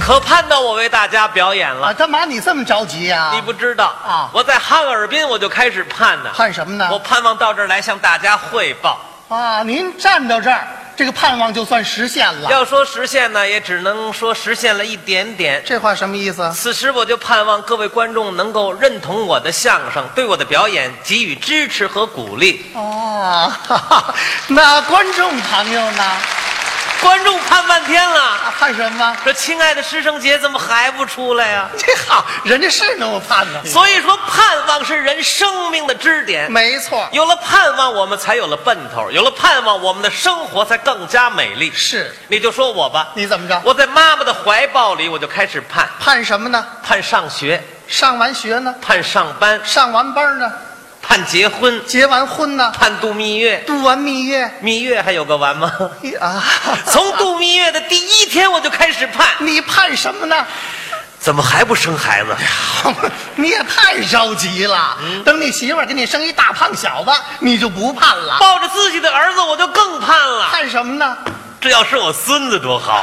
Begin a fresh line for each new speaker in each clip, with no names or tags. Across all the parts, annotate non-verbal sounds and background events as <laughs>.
可盼到我为大家表演
啊，
了。
干嘛你这么着急呀、
你不知道
啊
我在哈尔滨我就开始盼呢，
盼什么呢？
我盼望到这儿来向大家汇报。
啊，您站到这儿，这个盼望就算实现了。
要说实现呢，也只能说实现了一点点。
这话什么意思？
此时我就盼望各位观众能够认同我的相声，对我的表演给予支持和鼓励。
哦， <laughs> 哈哈那观众朋友呢？
观众盼半天了，
啊，盼什么？ <laughs>
说亲爱的师生节怎么还不出来呀、
这好，人家是那么盼呢。
所以说，盼望是人生命的支点。
没错，
有了盼望，我们才有了奔头；有了盼望，我们的生活才更加美丽。
是。
你就说我吧，
你怎么着？
我在妈妈的怀抱里，我就开始盼，
盼什么呢？
盼上学，
上完学呢？
盼上班，
上完班呢？
盼结婚，
结完婚呢？
盼度蜜月。
度完蜜月？
蜜月还有个完吗？ <laughs>
你啊， <laughs>
从度蜜月的第一天我就开始盼，
你盼什么呢？
怎么还不生孩子？
<laughs> 你也太着急了。
嗯
等你媳妇儿给你生一大胖小子，你就不盼了。 <laughs>
抱着自己的儿子我就更盼了。
盼什么呢？
这要是我孙子多好！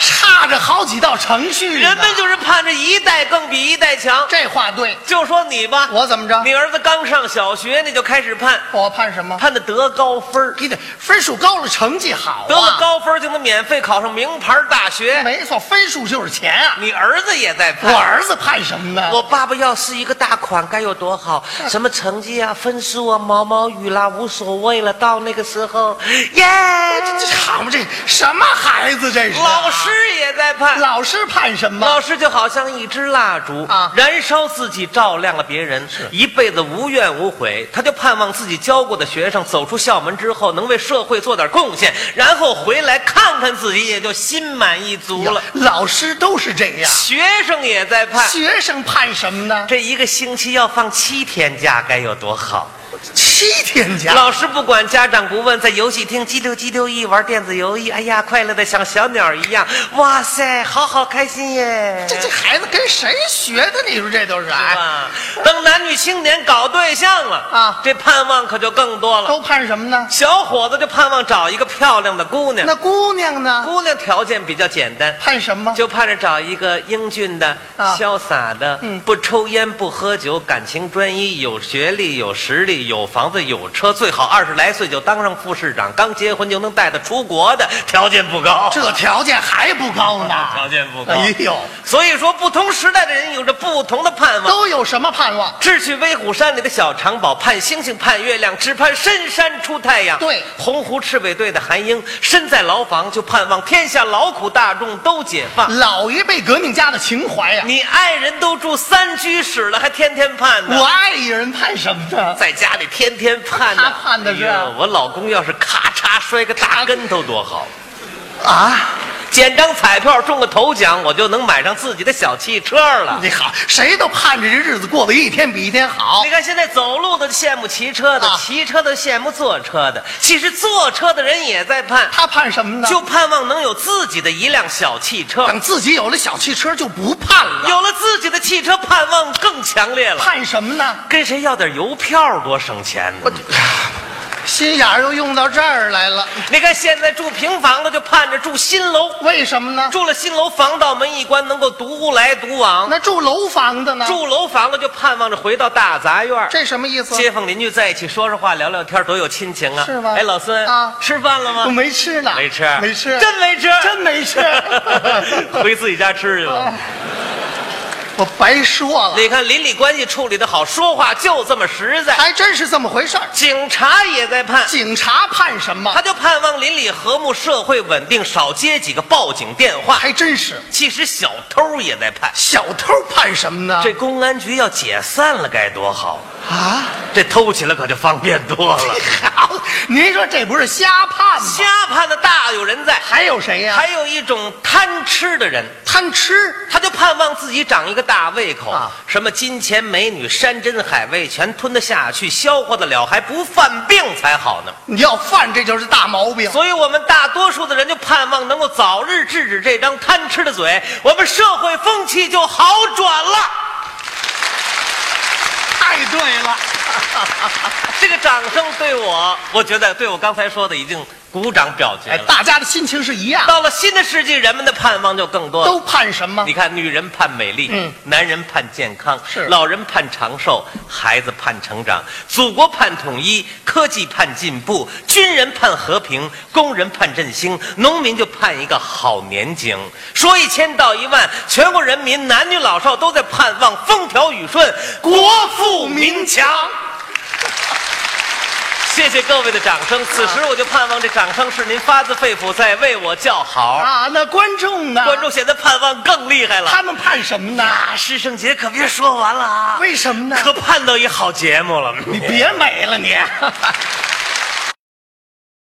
差着好几道程序呢。
人们就是盼着一代更比一代强。
这话对，
就说你吧，
我怎么着？
你儿子刚上小学，你就开始盼，
我盼什么？
盼他得高分儿
你得分数高了，成绩好啊。
得了高分儿就能免费考上名牌大学。
没错，分数就是钱啊。
你儿子也在
我
盼。
儿子盼什么呢？
我爸爸要是一个大款，该有多好！什么成绩啊、分数啊、毛毛雨啦，无所谓了。到那个时候，耶！
这好嘛，这什么孩子这是？
老师，也在盼，
老师盼什么？
老师就好像一支蜡烛
啊
燃烧自己，照亮了别人，一辈子无怨无悔。他就盼望自己教过的学生走出校门之后，能为社会做点贡献，然后回来看看自己，也就心满意足了。
老师都是这样。
学生也在盼，
学生盼什么呢？
这一个星期要放七天假，该有多好！
七天假。
老师不管，家长不问，在游戏厅激溜激溜一玩电子游戏，哎呀，快乐的像小鸟一样，哇塞，好好开心耶！
这这孩子跟谁学的？你说这都是哎，
啊，等男女青年搞对象了
啊
这盼望可就更多了。
都盼什么呢？
小伙子就盼望找一个漂亮的姑娘，
那姑娘呢？
姑娘条件比较简单，
盼什么？
<laughs> 就盼着找一个英俊的、
啊
潇洒的、
嗯
不抽烟不喝酒、感情专一、有学历有实力、有房子有车，最好二十来岁就当上副市长，刚结婚就能带她出国的，条件不高。
这条件还不高呢？
<laughs> 条件不高
哎呦，
所以说，不同时代的人有着不同的盼望。
都有什么盼望？
智取威虎山里的小长宝，盼星星盼月亮，只盼深山出太阳。
对
鸿鹄赤尾队的韩英身在牢房，就盼望天下劳苦大众都解放。
老一辈革命家的情怀呀、
你爱人都住三居室了，还天天盼呢？
我爱一人盼什么呢？
在家里天天盼呢。
他盼的是啊
哎呦我老公要是咔嚓摔个大跟头多好，
啊，
捡张彩票中个头奖，我就能买上自己的小汽车了。
啊你好，谁都盼着这日子过得一天比一天好
你。看，现在走路的羡慕骑车的，
啊
骑车的羡慕坐车的。其实坐车的人也在盼，
他盼什么呢？
就盼望能有自己的一辆小汽车。
等自己有了小汽车就不盼了。
有了自己的汽车，盼望更强烈了。
盼什么呢？
跟谁要点邮票多省钱呢？
心眼儿又用到这儿来了，
你看现在住平房的就盼着住新楼，
为什么呢？
住了新楼防盗门一关，能够独来独往。
那住楼房的呢？
住楼房的就盼望着回到大杂院儿，
这什么意思？
街坊邻居在一起说说话、聊聊天儿，多有亲情啊！
是吗
哎，老孙
啊
吃饭了
我
吗？
没吃呢，
没吃，
没吃，
真没吃，，
真啊没
<laughs>
吃
回自己家吃去吧。
我白说了，
你看邻里关系处理的好，说话就这么实在。
还真是这么回事儿。
警察也在盼，
警察盼什么？
他就盼望邻里和睦、社会稳定，少接几个报警电话。
还真是
其实小偷也在盼，
小偷盼什么呢？
这公安局要解散了该多好，
啊， <laughs>
这偷起来可就方便多 <laughs> 了。
好，您说这不是瞎盼吗？
瞎盼的大有人在，
还有谁呀、
还有一种贪吃的人，
贪吃，
他就盼望自己长一个大胃口，
啊
什么金钱美女、山珍海味全吞得下去，消化得了，还不犯病才好呢。
你要犯这就是大毛病。
所以我们大多数的人就盼望能够早日制止这张贪吃的嘴，我们社会风气就好转了。
太对了，
这个掌声对我，我觉得对我刚才说的已经鼓掌表决
哎，
了。
大家的心情是一样，
到了新的世纪，人们的盼望就更多了。
都盼什么
你？看，女人盼美丽，
嗯
男人盼健康，
是
老人盼长寿，孩子盼成长，祖国盼统一，科技盼进步，军人盼和平，工人盼振兴，农民就盼一个好年景。说一千道一万，全国人民男女老少都在盼望风调雨顺，国富民强。谢谢各位的掌声，此时我就盼望这掌声是您发自肺腑在为我叫好。
啊，那观众呢？
观众现在盼望更厉害了，
他们盼什么呢？
啊，师圣节可别说完了啊，
为什么呢？
可盼到一好节目了。
你别美了你！